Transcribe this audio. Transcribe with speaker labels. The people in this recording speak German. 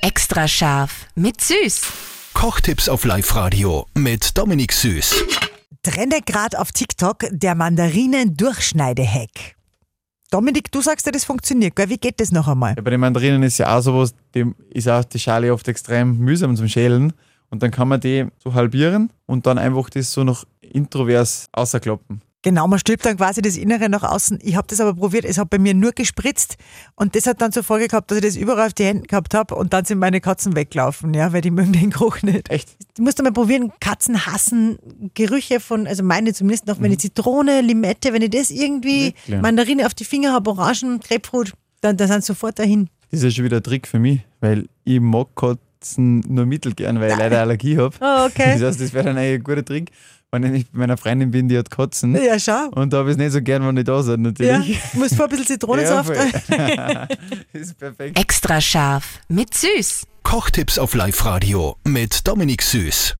Speaker 1: Extra scharf mit Süß.
Speaker 2: Kochtipps auf Live-Radio mit Dominik Süß.
Speaker 3: Trendegrad auf TikTok, der Mandarinen-Durchschneidehack. Dominik, du sagst ja, das funktioniert, gell? Wie geht das noch einmal?
Speaker 4: Ja, bei den Mandarinen ist ja auch sowas, die ist auch die Schale oft extrem mühsam zum Schälen. Und dann kann man die so halbieren und dann einfach das so noch introvers außerkloppen.
Speaker 3: Genau, man stülpt dann quasi das Innere nach außen. Ich habe das aber probiert, es hat bei mir nur gespritzt und das hat dann zur Folge gehabt, dass ich das überall auf die Hände gehabt habe und dann sind meine Katzen weggelaufen, ja, weil die mögen den Geruch nicht.
Speaker 4: Echt?
Speaker 3: Du musst einmal probieren, Katzen hassen Gerüche von, also meine zumindest noch, wenn ich Zitrone, Limette, wenn ich das irgendwie,
Speaker 4: Wirklich?
Speaker 3: Mandarine auf die Finger habe, Orangen, Grapefruit, dann, dann sind sie sofort dahin.
Speaker 4: Das ist ja schon wieder ein Trick für mich, weil ich mag Katzen nur mittelgern, weil ich leider Allergie habe.
Speaker 3: Oh, okay.
Speaker 4: Das heißt, das wäre dann eigentlich ein guter Trick, wenn ich nicht bei meiner Freundin bin, die hat Katzen.
Speaker 3: Ja, schau.
Speaker 4: Und da habe ich es nicht so gern, wenn die da sind,
Speaker 3: Ja,
Speaker 4: natürlich.
Speaker 3: du musst vor ein bisschen Zitronensaft
Speaker 4: voll. das ist perfekt.
Speaker 1: Extra scharf mit Süß.
Speaker 2: Kochtipps auf Live-Radio mit Dominik Süß.